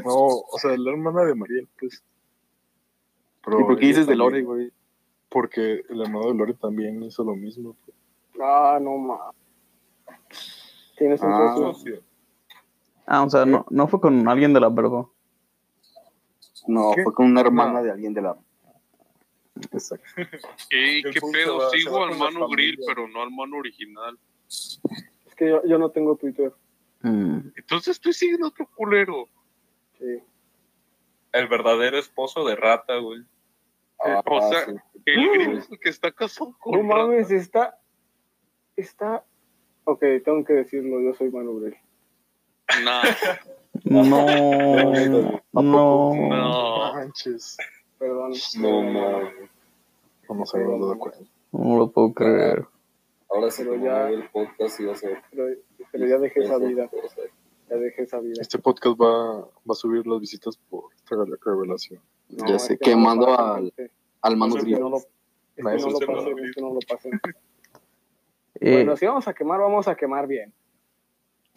[SPEAKER 4] No, o sea, la hermana de Mariel, pues. Pero
[SPEAKER 3] ¿Y por qué
[SPEAKER 4] ella
[SPEAKER 3] dices de Lore,
[SPEAKER 4] también-
[SPEAKER 3] güey?
[SPEAKER 4] Porque el hermano de Lore también hizo lo mismo. pues.
[SPEAKER 1] Ah, no mames. Tienes un
[SPEAKER 3] Ah.
[SPEAKER 1] socio.
[SPEAKER 2] Ah, o sea, no, no fue con alguien de la verdad.
[SPEAKER 3] No,
[SPEAKER 4] ¿Qué?
[SPEAKER 3] fue con una hermana
[SPEAKER 4] No.
[SPEAKER 3] de alguien de la.
[SPEAKER 4] Exacto.
[SPEAKER 7] Ey,
[SPEAKER 5] El
[SPEAKER 7] qué
[SPEAKER 5] Fu se
[SPEAKER 7] pedo,
[SPEAKER 5] va- se
[SPEAKER 7] sigo
[SPEAKER 5] va
[SPEAKER 7] al
[SPEAKER 5] con la
[SPEAKER 7] Manu Grill,
[SPEAKER 5] familia.
[SPEAKER 7] pero no al Manu original.
[SPEAKER 1] Es que yo, yo no tengo Twitter.
[SPEAKER 5] Hmm.
[SPEAKER 2] Mm.
[SPEAKER 7] Entonces estoy siguiendo otro culero.
[SPEAKER 1] Sí.
[SPEAKER 5] El verdadero esposo de rata, güey.
[SPEAKER 4] Ah,
[SPEAKER 7] o sea,
[SPEAKER 3] eh,
[SPEAKER 4] sí.
[SPEAKER 7] El
[SPEAKER 5] Mm.
[SPEAKER 7] Grill es el que está casado con
[SPEAKER 1] No mames,
[SPEAKER 7] Rata.
[SPEAKER 1] está. Está. Ok, tengo que decirlo, yo soy Manu Grill.
[SPEAKER 7] Nah,
[SPEAKER 2] No, no.
[SPEAKER 5] Ah. *laughs*
[SPEAKER 7] no.
[SPEAKER 4] Manches.
[SPEAKER 1] Perdón.
[SPEAKER 6] No, mames.
[SPEAKER 4] No nos habíamos dado cuenta.
[SPEAKER 2] No lo puedo creer.
[SPEAKER 6] Ahora sí,
[SPEAKER 1] Pero
[SPEAKER 6] como
[SPEAKER 1] ya-
[SPEAKER 6] el podcast y va a ser.
[SPEAKER 1] Pero, pero ya dejé esa vida.
[SPEAKER 6] O sea,
[SPEAKER 1] Ya dejé esa vida.
[SPEAKER 4] Este podcast va, va a subir las visitas por esta revelación.
[SPEAKER 1] No,
[SPEAKER 3] Ya
[SPEAKER 1] es
[SPEAKER 3] sé,
[SPEAKER 1] que no
[SPEAKER 3] quemando
[SPEAKER 1] lo pasen,
[SPEAKER 3] al-
[SPEAKER 1] gente.
[SPEAKER 3] Al Manu
[SPEAKER 1] Es que
[SPEAKER 3] Grill.
[SPEAKER 1] no lo- es que
[SPEAKER 4] Nah,
[SPEAKER 1] no
[SPEAKER 4] eso
[SPEAKER 1] lo
[SPEAKER 5] se va a
[SPEAKER 1] pasen, es
[SPEAKER 5] abrir.
[SPEAKER 1] que no lo pasen.
[SPEAKER 2] Eh,
[SPEAKER 1] Bueno, si vamos a quemar, vamos a quemar bien.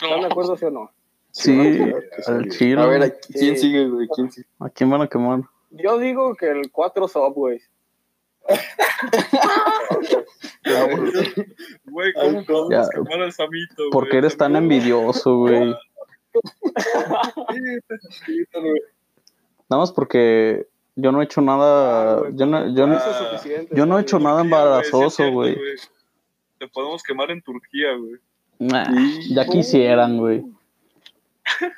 [SPEAKER 1] ¿Están de
[SPEAKER 7] No,
[SPEAKER 1] acuerdo, sí o no?
[SPEAKER 2] Sí,
[SPEAKER 4] van a quedar, que
[SPEAKER 2] al
[SPEAKER 4] sí.
[SPEAKER 2] chile.
[SPEAKER 3] A ver, ¿a ¿quién
[SPEAKER 1] Sí.
[SPEAKER 3] sigue, güey? ¿Quién sigue?
[SPEAKER 2] ¿A quién van a quemar?
[SPEAKER 1] Yo digo que el 4 Subways.
[SPEAKER 5] Güey, ¿cómo cómo
[SPEAKER 2] Ya.
[SPEAKER 5] nos quemar al Samito?
[SPEAKER 2] ¿Por qué
[SPEAKER 5] güey?
[SPEAKER 2] eres
[SPEAKER 5] *laughs*
[SPEAKER 2] tan envidioso, güey? Nada más porque yo no he hecho
[SPEAKER 1] Ah,
[SPEAKER 2] nada.
[SPEAKER 1] güey.
[SPEAKER 2] Yo no, yo no-
[SPEAKER 1] Eso es suficiente.
[SPEAKER 2] Ah. yo no he hecho
[SPEAKER 1] Sammy.
[SPEAKER 2] nada
[SPEAKER 5] Turquía, güey, sí es
[SPEAKER 2] embarazoso,
[SPEAKER 5] cierto,
[SPEAKER 2] güey.
[SPEAKER 5] Te podemos quemar en Turquía, güey.
[SPEAKER 2] Nah, ya quisieran, güey.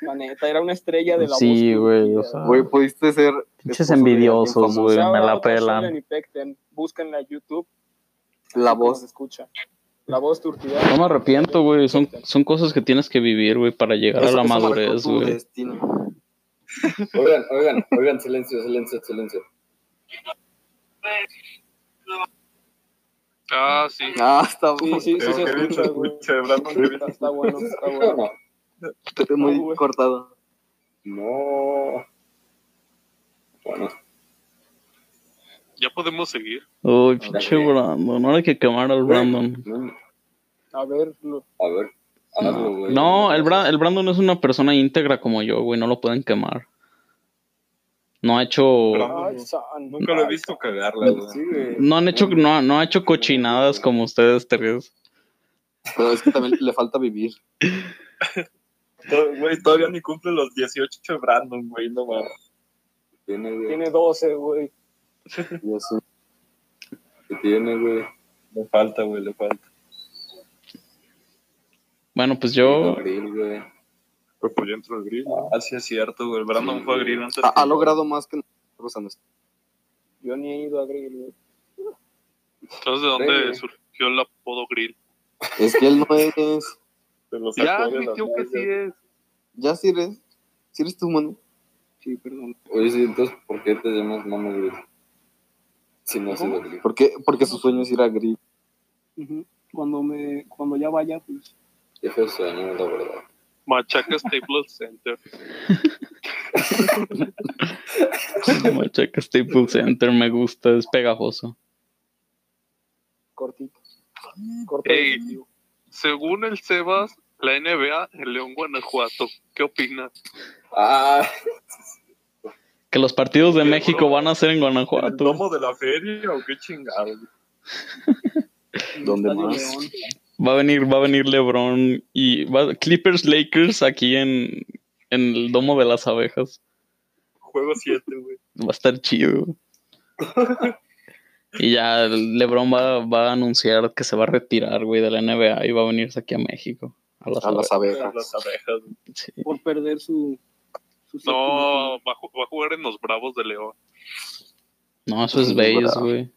[SPEAKER 1] La neta, era una estrella de la
[SPEAKER 2] Sí,
[SPEAKER 1] voz.
[SPEAKER 2] güey, o sea.
[SPEAKER 3] Güey, pudiste ser.
[SPEAKER 2] Pinches
[SPEAKER 3] esposo de alguien
[SPEAKER 2] envidiosos,
[SPEAKER 3] famoso.
[SPEAKER 2] güey,
[SPEAKER 1] Shout
[SPEAKER 2] me la
[SPEAKER 1] out a
[SPEAKER 2] pelan.
[SPEAKER 1] Solen y Pecten. Búsquenla en YouTube.
[SPEAKER 3] La
[SPEAKER 1] así como se
[SPEAKER 3] voz.
[SPEAKER 1] escucha. La voz turquía.
[SPEAKER 2] No me arrepiento, güey. Son, son cosas que tienes que vivir, güey, para llegar a
[SPEAKER 3] Eso-
[SPEAKER 2] la
[SPEAKER 3] eso marcó
[SPEAKER 2] madurez,
[SPEAKER 3] tu
[SPEAKER 2] güey.
[SPEAKER 3] destino.
[SPEAKER 6] Oigan, oigan, oigan, silencio, silencio, silencio.
[SPEAKER 7] Ah, sí.
[SPEAKER 3] Ah, está
[SPEAKER 1] Sí, sí, sí
[SPEAKER 5] Pero
[SPEAKER 1] se
[SPEAKER 5] qué bien
[SPEAKER 1] escucha,
[SPEAKER 5] se
[SPEAKER 1] güey.
[SPEAKER 5] escucha, Brandon, qué bien.
[SPEAKER 1] Está, está bueno, está
[SPEAKER 6] No,
[SPEAKER 1] bueno.
[SPEAKER 6] no.
[SPEAKER 3] muy
[SPEAKER 1] Ah, güey.
[SPEAKER 3] cortado.
[SPEAKER 6] No. Bueno,
[SPEAKER 7] Ya podemos seguir.
[SPEAKER 2] Uy, pinche Brandon. No hay que quemar al Brandon.
[SPEAKER 6] no,
[SPEAKER 1] A ver, lo-
[SPEAKER 6] a ver. hazlo, güey.
[SPEAKER 2] No, el, Bra- el Brandon es una persona íntegra como yo, güey. No lo pueden quemar. No ha hecho.
[SPEAKER 5] Brandon.
[SPEAKER 1] ay, san.
[SPEAKER 5] Nunca lo he visto cagarla, güey.
[SPEAKER 6] Sí, güey.
[SPEAKER 2] No han hecho, no, no ha hecho cochinadas como ustedes tres.
[SPEAKER 3] Pero es que también le falta vivir.
[SPEAKER 5] To- Güey, todavía ni cumple los 18 Brandon, güey, no mames.
[SPEAKER 6] Tiene, güey.
[SPEAKER 1] Tiene 12, güey.
[SPEAKER 6] Ya sé. ¿Qué tiene, güey?
[SPEAKER 5] Le falta, güey, le falta.
[SPEAKER 2] Bueno, pues
[SPEAKER 6] *laughs*
[SPEAKER 2] yo.
[SPEAKER 6] Abril, güey.
[SPEAKER 7] Pero pues ya entró el grillo.
[SPEAKER 5] Ah, sí es cierto, güey. El Brandon fue a Grill antes.
[SPEAKER 3] Ha,
[SPEAKER 5] que-
[SPEAKER 3] ha logrado más que nosotros a nuestro-
[SPEAKER 1] Yo ni he ido a Grill, güey.
[SPEAKER 7] Entonces, ¿de dónde surgió el apodo grill?
[SPEAKER 3] Es que él no es.
[SPEAKER 5] Se lo sacó
[SPEAKER 7] Ya
[SPEAKER 5] de la
[SPEAKER 7] admitió que
[SPEAKER 5] manga.
[SPEAKER 7] sí es.
[SPEAKER 3] Ya si eres. Si eres tú, mano. Sí, perdón.
[SPEAKER 6] Oye, sí, entonces, ¿por qué te llamas Mama Grill? Si no has ido a Grill.
[SPEAKER 3] ¿Por qué? Porque su sueño es ir a Gris.
[SPEAKER 1] Cuando me, cuando ya vaya, pues.
[SPEAKER 6] Qué feo sueño, la verdad.
[SPEAKER 7] Machaca Staples Center.
[SPEAKER 2] Machaca Staples Center me gusta, es pegajoso.
[SPEAKER 1] cortito. Corto
[SPEAKER 7] Ey.
[SPEAKER 1] y efectivo.
[SPEAKER 7] Según el Sebas, la NBA en León, Guanajuato. ¿Qué opinas?
[SPEAKER 6] Ah,
[SPEAKER 2] Que los partidos de México van a ser en
[SPEAKER 5] ¿El
[SPEAKER 2] Guanajuato.
[SPEAKER 5] tomo de la feria o qué chingado? güey?
[SPEAKER 3] ¿Dónde
[SPEAKER 1] Estadio
[SPEAKER 3] más?
[SPEAKER 1] León.
[SPEAKER 2] Va a venir, va a venir LeBron y va- Clippers Lakers aquí en, en el domo de las abejas.
[SPEAKER 5] Juego 7, güey.
[SPEAKER 2] Va a estar chido. Y ya el LeBron va, va a anunciar que se va a retirar, güey, de la NBA y va a venirse aquí a México. A las
[SPEAKER 3] A las
[SPEAKER 2] abejas.
[SPEAKER 3] abejas.
[SPEAKER 5] Las abejas, güey.
[SPEAKER 2] Sí.
[SPEAKER 1] Por perder su. su
[SPEAKER 7] No, va a, ju- va a jugar en los Bravos de León.
[SPEAKER 2] No, eso es bello, güey.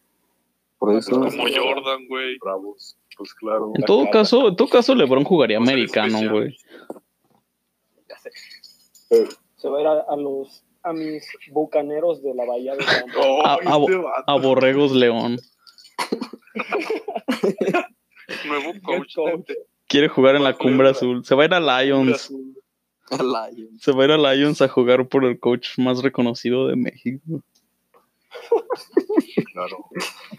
[SPEAKER 3] Por eso.
[SPEAKER 7] Como Jordan, güey.
[SPEAKER 5] bravos. Pues claro.
[SPEAKER 2] En todo caso, en todo caso, LeBron jugaría
[SPEAKER 7] Va a ser
[SPEAKER 2] americano,
[SPEAKER 7] especial.
[SPEAKER 2] güey.
[SPEAKER 1] Se va a ir a, a los. A mis bucaneros de la Bahía de
[SPEAKER 2] *laughs*
[SPEAKER 1] San
[SPEAKER 5] Oh,
[SPEAKER 2] A- a-
[SPEAKER 5] este vato.
[SPEAKER 2] A Borregos León.
[SPEAKER 7] Nuevo coach.
[SPEAKER 1] coach.
[SPEAKER 7] de-
[SPEAKER 2] Quiere jugar en la cumbre azul. Se va a ir a Lions.
[SPEAKER 3] Lion.
[SPEAKER 2] Se va a ir a Lions a jugar por el coach más reconocido de México.
[SPEAKER 5] Claro.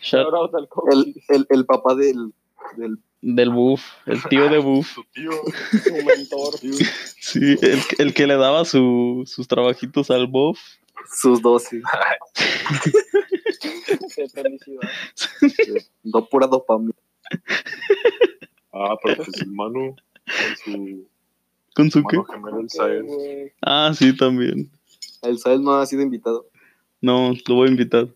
[SPEAKER 2] Shout-
[SPEAKER 3] El, el, el papá del. del
[SPEAKER 2] del Buff. El tío de Buff.
[SPEAKER 5] Su tío.
[SPEAKER 1] su mentor.
[SPEAKER 2] *laughs* Sí, el, el que le daba su- sus trabajitos al Buff.
[SPEAKER 3] sus dosis.
[SPEAKER 1] de felicidad.
[SPEAKER 3] Do, pura dopamina.
[SPEAKER 4] Ah, pero pues el Manu, con su
[SPEAKER 2] ¿Con su qué?
[SPEAKER 4] mano gemelo, el
[SPEAKER 1] Qué
[SPEAKER 4] Saez.
[SPEAKER 1] güey.
[SPEAKER 2] Ah, sí, también.
[SPEAKER 3] El Sael no ha sido invitado.
[SPEAKER 2] No, lo voy a invitar.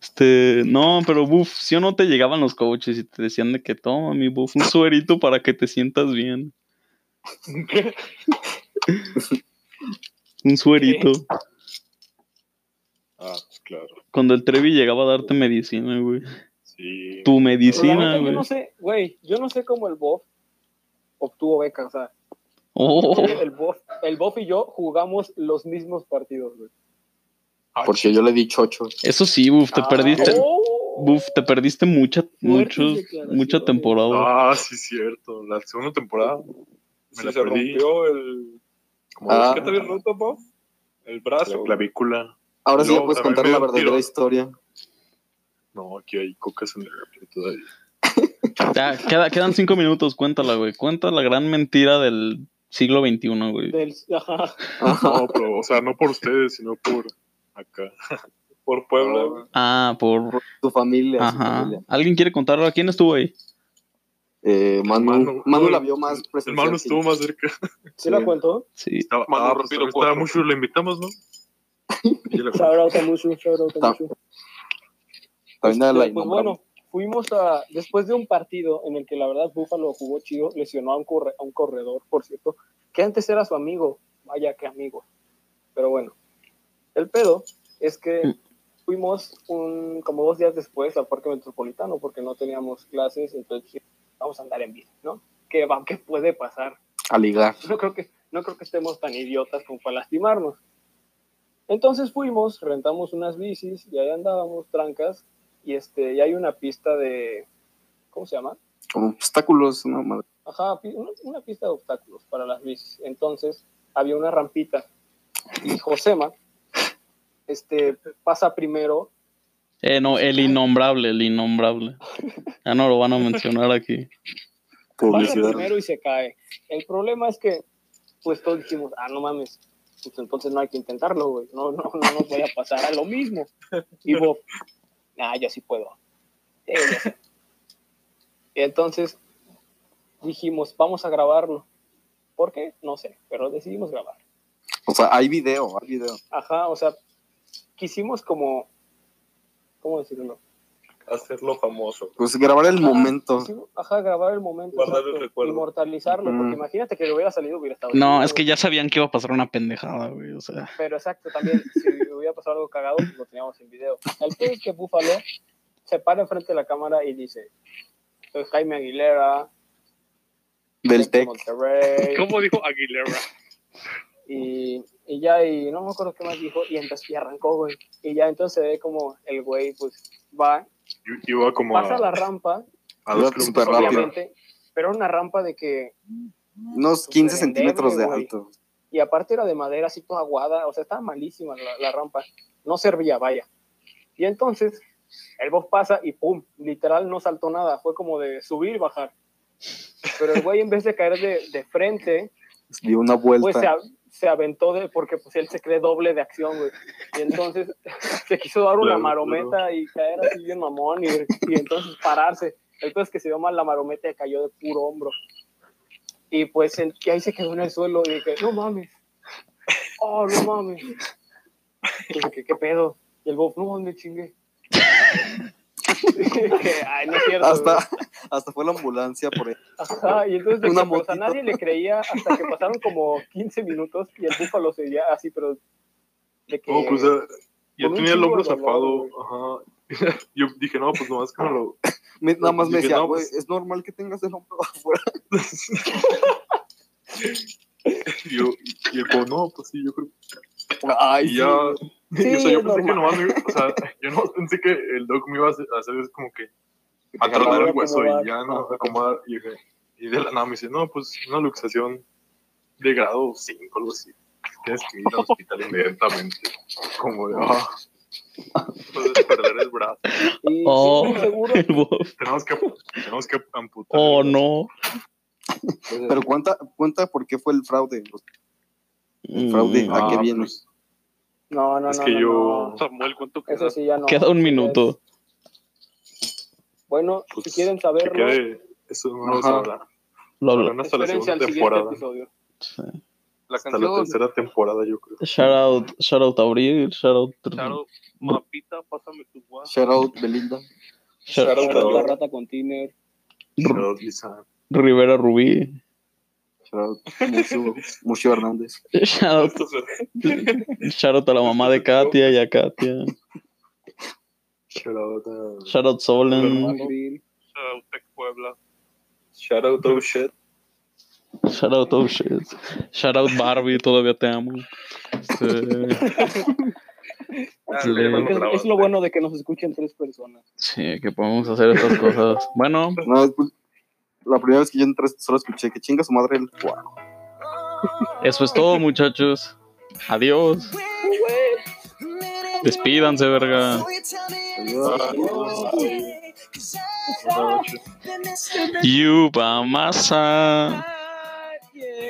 [SPEAKER 2] Este, no, pero Buff, si o no te llegaban los coaches y te decían de que toma mi Buff un suerito para que te sientas
[SPEAKER 1] *laughs*
[SPEAKER 2] bien. un suerito.
[SPEAKER 4] Ah, pues claro.
[SPEAKER 2] Cuando el Trevi llegaba a darte medicina, güey.
[SPEAKER 4] Sí.
[SPEAKER 2] Tu
[SPEAKER 1] Pero la neta,
[SPEAKER 2] medicina,
[SPEAKER 1] yo
[SPEAKER 2] güey.
[SPEAKER 1] no sé, güey, yo no sé cómo el Bob obtuvo beca, o sea,
[SPEAKER 2] Oh,
[SPEAKER 1] el Bob, el Bob y yo jugamos los mismos partidos, güey.
[SPEAKER 3] Porque yo le di chocho.
[SPEAKER 2] eso sí, Buff, te
[SPEAKER 1] Ah,
[SPEAKER 2] perdiste.
[SPEAKER 1] oh.
[SPEAKER 2] Buff, te perdiste mucha, muchos, mucha
[SPEAKER 1] declaraciones.
[SPEAKER 2] temporada.
[SPEAKER 4] Ah, sí, cierto. La segunda temporada me
[SPEAKER 5] Se,
[SPEAKER 4] la
[SPEAKER 5] se
[SPEAKER 4] perdí.
[SPEAKER 5] rompió el.
[SPEAKER 4] Como
[SPEAKER 3] Ah.
[SPEAKER 5] ¿Qué te habías roto, Bob? El
[SPEAKER 4] la
[SPEAKER 5] brazo.
[SPEAKER 4] clavícula.
[SPEAKER 3] Ahora sí
[SPEAKER 4] No,
[SPEAKER 3] ya puedes
[SPEAKER 4] también
[SPEAKER 3] contar
[SPEAKER 4] me
[SPEAKER 3] la
[SPEAKER 4] dio un
[SPEAKER 3] verdadera
[SPEAKER 4] tiro.
[SPEAKER 3] historia.
[SPEAKER 4] No, aquí hay cocas en el refri todavía.
[SPEAKER 2] Ya, queda- quedan cinco minutos, cuéntala, güey. Cuenta la gran mentira del siglo XXI, güey.
[SPEAKER 1] Del, ajá.
[SPEAKER 4] No, pero, o sea, no por ustedes, sino por acá. *laughs*
[SPEAKER 5] Por Puebla, güey.
[SPEAKER 4] pues,
[SPEAKER 2] Ah, por.
[SPEAKER 3] Tu familia, su
[SPEAKER 2] Ajá.
[SPEAKER 3] familia.
[SPEAKER 2] ¿Alguien quiere contarlo? ¿A quién estuvo ahí?
[SPEAKER 3] Eh, Manu,
[SPEAKER 4] Manu-
[SPEAKER 3] Manu, la vio más
[SPEAKER 4] El
[SPEAKER 3] presencial.
[SPEAKER 4] Manu
[SPEAKER 3] que-
[SPEAKER 4] estuvo más cerca.
[SPEAKER 1] ¿Sí la cuento?
[SPEAKER 2] Sí.
[SPEAKER 4] Estaba,
[SPEAKER 7] Manu
[SPEAKER 4] ah,
[SPEAKER 7] rápido,
[SPEAKER 4] pues,
[SPEAKER 7] cuatro.
[SPEAKER 4] estaba mucho, lo invitamos, ¿no? Y
[SPEAKER 1] *laughs*
[SPEAKER 4] la-
[SPEAKER 1] Shout out a Mushu, shout out a
[SPEAKER 3] Ta-
[SPEAKER 1] Mushu.
[SPEAKER 3] También la
[SPEAKER 1] Este, pues
[SPEAKER 3] innombrable.
[SPEAKER 1] bueno, fuimos a, después de un partido en el que la verdad Búfalo jugó chido, lesionó a un, corre- a un corredor, por cierto, que antes era su amigo, vaya que amigo. Pero bueno, el pedo es que fuimos un, como dos días después al Parque Metropolitano porque no teníamos clases, entonces dijimos, vamos a andar en bici, ¿no? ¿Qué, va, ¿Qué puede pasar?
[SPEAKER 3] A ligar.
[SPEAKER 1] no creo que no creo que estemos tan idiotas como para lastimarnos. Entonces fuimos, rentamos unas bicis y ahí andábamos trancas y este y hay una pista de ¿cómo se llama?
[SPEAKER 3] Como obstáculos, no madre.
[SPEAKER 1] Ajá, pi- una, una pista de obstáculos para las bicis. Entonces había una rampita y Josema este pasa primero
[SPEAKER 2] Eh, no, el innombrable, el innombrable. Ya no lo van a mencionar aquí.
[SPEAKER 1] pasa
[SPEAKER 3] Publicidad.
[SPEAKER 1] primero y se cae. El problema es que, pues todos dijimos, ah, no mames, pues entonces no hay que intentarlo, güey, no, no, no nos vaya a pasar a lo mismo. Y Bob, ah, yo sí puedo. Sí, yo sí". Entonces dijimos, vamos a grabarlo. ¿Por qué? No sé, pero decidimos grabar.
[SPEAKER 3] O sea, hay video, hay video.
[SPEAKER 1] Ajá, o sea, quisimos como, ¿cómo decirlo?
[SPEAKER 5] Hacerlo famoso.
[SPEAKER 3] Pues grabar el momento.
[SPEAKER 1] Quisimos, ajá, grabar el momento,
[SPEAKER 5] Guardar el
[SPEAKER 1] exacto,
[SPEAKER 5] recuerdo.
[SPEAKER 1] inmortalizarlo,
[SPEAKER 3] Ujú.
[SPEAKER 1] porque imagínate que lo hubiera salido, hubiera estado...
[SPEAKER 2] No,
[SPEAKER 1] chido,
[SPEAKER 2] es que ya sabían que iba a pasar una pendejada, güey. O sea, *laughs*
[SPEAKER 1] Pero exacto, también, si hubiera pasado algo cagado, pues lo teníamos en video. El peor es que Búfalo se para enfrente de la cámara y dice: Soy Jaime Aguilera, soy
[SPEAKER 3] Del
[SPEAKER 1] de
[SPEAKER 3] tech.
[SPEAKER 5] *laughs*
[SPEAKER 1] Monterrey,
[SPEAKER 7] ¿Cómo dijo Aguilera?
[SPEAKER 1] y, y ya, y no me acuerdo qué más dijo, y, entonces, y arrancó, güey. Y ya entonces se ve como el güey, pues va,
[SPEAKER 4] y- Iba como a,
[SPEAKER 1] pasa la rampa,
[SPEAKER 4] a
[SPEAKER 3] Iba
[SPEAKER 4] dos kilómetros
[SPEAKER 3] súper
[SPEAKER 4] por hora.
[SPEAKER 3] rápido.
[SPEAKER 1] obviamente, pero era una rampa de que,
[SPEAKER 3] Unos 15
[SPEAKER 1] Súper
[SPEAKER 3] centímetros de
[SPEAKER 1] endeble,
[SPEAKER 3] alto.
[SPEAKER 1] y aparte era de madera así toda aguada, o sea, estaba malísima la, la rampa, no servía, vaya. Y entonces el boss pasa y pum, literal no saltó nada, fue como de subir y bajar. Pero el güey en vez de caer de, de frente,
[SPEAKER 3] Dio una
[SPEAKER 1] pues se,
[SPEAKER 3] vuelta.
[SPEAKER 1] a- se aventó de, porque pues él se cree doble de acción, güey. Y entonces *laughs* se quiso dar una
[SPEAKER 4] Claro,
[SPEAKER 1] marometa y caer así bien mamón y, y entonces pararse. El peor es que se dio mal la marometa y cayó de puro hombro. Y pues en- y ahí se quedó en el suelo y dije, no mames. Oh, no mames. Y dije, ¿qué pedo? Y el Bob, no, me chingué. *laughs* Y dije, Ay, no es cierto. güey".
[SPEAKER 3] Hasta, *laughs* hasta fue la ambulancia por ahí.
[SPEAKER 1] Ajá, y entonces de
[SPEAKER 3] Una
[SPEAKER 1] que, pues, a
[SPEAKER 3] motito.
[SPEAKER 1] nadie le creía hasta que pasaron como 15 minutos y el búfalo seguía así, pero de que
[SPEAKER 4] No, pues eh, yo
[SPEAKER 1] Con un
[SPEAKER 4] tenía el
[SPEAKER 1] chingo
[SPEAKER 4] hombro
[SPEAKER 1] de dolor,
[SPEAKER 4] zafado. Ajá. *laughs* Yo dije, no, pues nomás que no lo.
[SPEAKER 3] Me- nada más me
[SPEAKER 4] Dije,
[SPEAKER 3] decía,
[SPEAKER 4] no,
[SPEAKER 3] güey,
[SPEAKER 4] pues-
[SPEAKER 3] es normal que tengas el hombro *laughs* afuera.
[SPEAKER 4] Y yo, y yo como, no, pues sí, yo creo.
[SPEAKER 3] Ay,
[SPEAKER 4] Y ya.
[SPEAKER 1] Sí,
[SPEAKER 4] o sea, yo *laughs*
[SPEAKER 1] es
[SPEAKER 4] pensé que
[SPEAKER 1] normal.
[SPEAKER 4] nomás. me- o sea, yo no pensé que el doc me iba a hacer, a hacer es como que. A tronar
[SPEAKER 1] jalaba
[SPEAKER 4] el hueso
[SPEAKER 1] como
[SPEAKER 4] y ya no
[SPEAKER 1] vaca.
[SPEAKER 4] acomodar. Y, dije- y de la nada me dice, no, pues una luxación de grado 5, algo así. Tienes que ir al hospital inmediatamente. Como de, ah. Puedes perder el brazo.
[SPEAKER 1] y
[SPEAKER 2] Oh.
[SPEAKER 1] sí, seguro,
[SPEAKER 2] el Bob.
[SPEAKER 4] Tenemos que, tenemos que amputar.
[SPEAKER 2] Oh, no.
[SPEAKER 3] Pero cuenta, cuenta por qué fue el fraude. Fraude.
[SPEAKER 2] Mm,
[SPEAKER 3] ¿A qué
[SPEAKER 4] Ah,
[SPEAKER 3] viene?
[SPEAKER 4] pues,
[SPEAKER 1] no, no,
[SPEAKER 4] Es
[SPEAKER 1] no,
[SPEAKER 4] que
[SPEAKER 1] no,
[SPEAKER 4] yo-
[SPEAKER 1] no.
[SPEAKER 7] Samuel, ¿cuánto
[SPEAKER 1] eso
[SPEAKER 7] queda?
[SPEAKER 1] sí ya no.
[SPEAKER 2] Queda
[SPEAKER 1] Eso
[SPEAKER 2] un
[SPEAKER 1] ya
[SPEAKER 2] minuto.
[SPEAKER 1] es- Bueno, si
[SPEAKER 4] Pues,
[SPEAKER 1] quieren
[SPEAKER 4] que
[SPEAKER 1] saberlo,
[SPEAKER 4] quede- eso no lo
[SPEAKER 3] Ajá.
[SPEAKER 4] sabrá.
[SPEAKER 2] Lo habla-
[SPEAKER 4] Sabrán hasta la
[SPEAKER 1] espérense al
[SPEAKER 4] segunda
[SPEAKER 1] siguiente
[SPEAKER 4] temporada.
[SPEAKER 1] episodio.
[SPEAKER 2] sí.
[SPEAKER 5] La
[SPEAKER 4] Hasta la
[SPEAKER 5] canción.
[SPEAKER 4] tercera temporada, yo creo.
[SPEAKER 2] Shout out, shout out Abril, shout out.
[SPEAKER 7] Charo, mapita, pásame tu guas.
[SPEAKER 3] Shout out, Belinda.
[SPEAKER 2] shout-
[SPEAKER 5] Shout out.
[SPEAKER 1] Pero la rata con Tiner.
[SPEAKER 4] Shout out, Lisa.
[SPEAKER 2] Rivera Rubí.
[SPEAKER 3] Shout out, Mushu, Mushu Hernández.
[SPEAKER 2] Shout out,
[SPEAKER 5] Esto se-
[SPEAKER 2] shout out a la mamá de Katia y a Katia.
[SPEAKER 4] Shout out a-
[SPEAKER 2] Shout out Solen.
[SPEAKER 1] Grill.
[SPEAKER 7] Charo, Tec Puebla.
[SPEAKER 5] Shout out, oh shit.
[SPEAKER 2] Shout out oh shit. Shout out Barbie, todavía te amo. Este,
[SPEAKER 5] Ah,
[SPEAKER 2] Sí.
[SPEAKER 5] ya me
[SPEAKER 1] Es,
[SPEAKER 5] grabaste.
[SPEAKER 1] es lo bueno de que nos escuchen tres personas.
[SPEAKER 2] sí, que podemos hacer estas cosas. Bueno,
[SPEAKER 3] No, es- la primera vez que yo entré solo escuché que chinga su madre el guau.
[SPEAKER 2] eso es todo, muchachos. Adiós. Despídanse, verga.
[SPEAKER 4] Ah. Buenas noches.
[SPEAKER 2] Yuba Masa.
[SPEAKER 8] Yeah.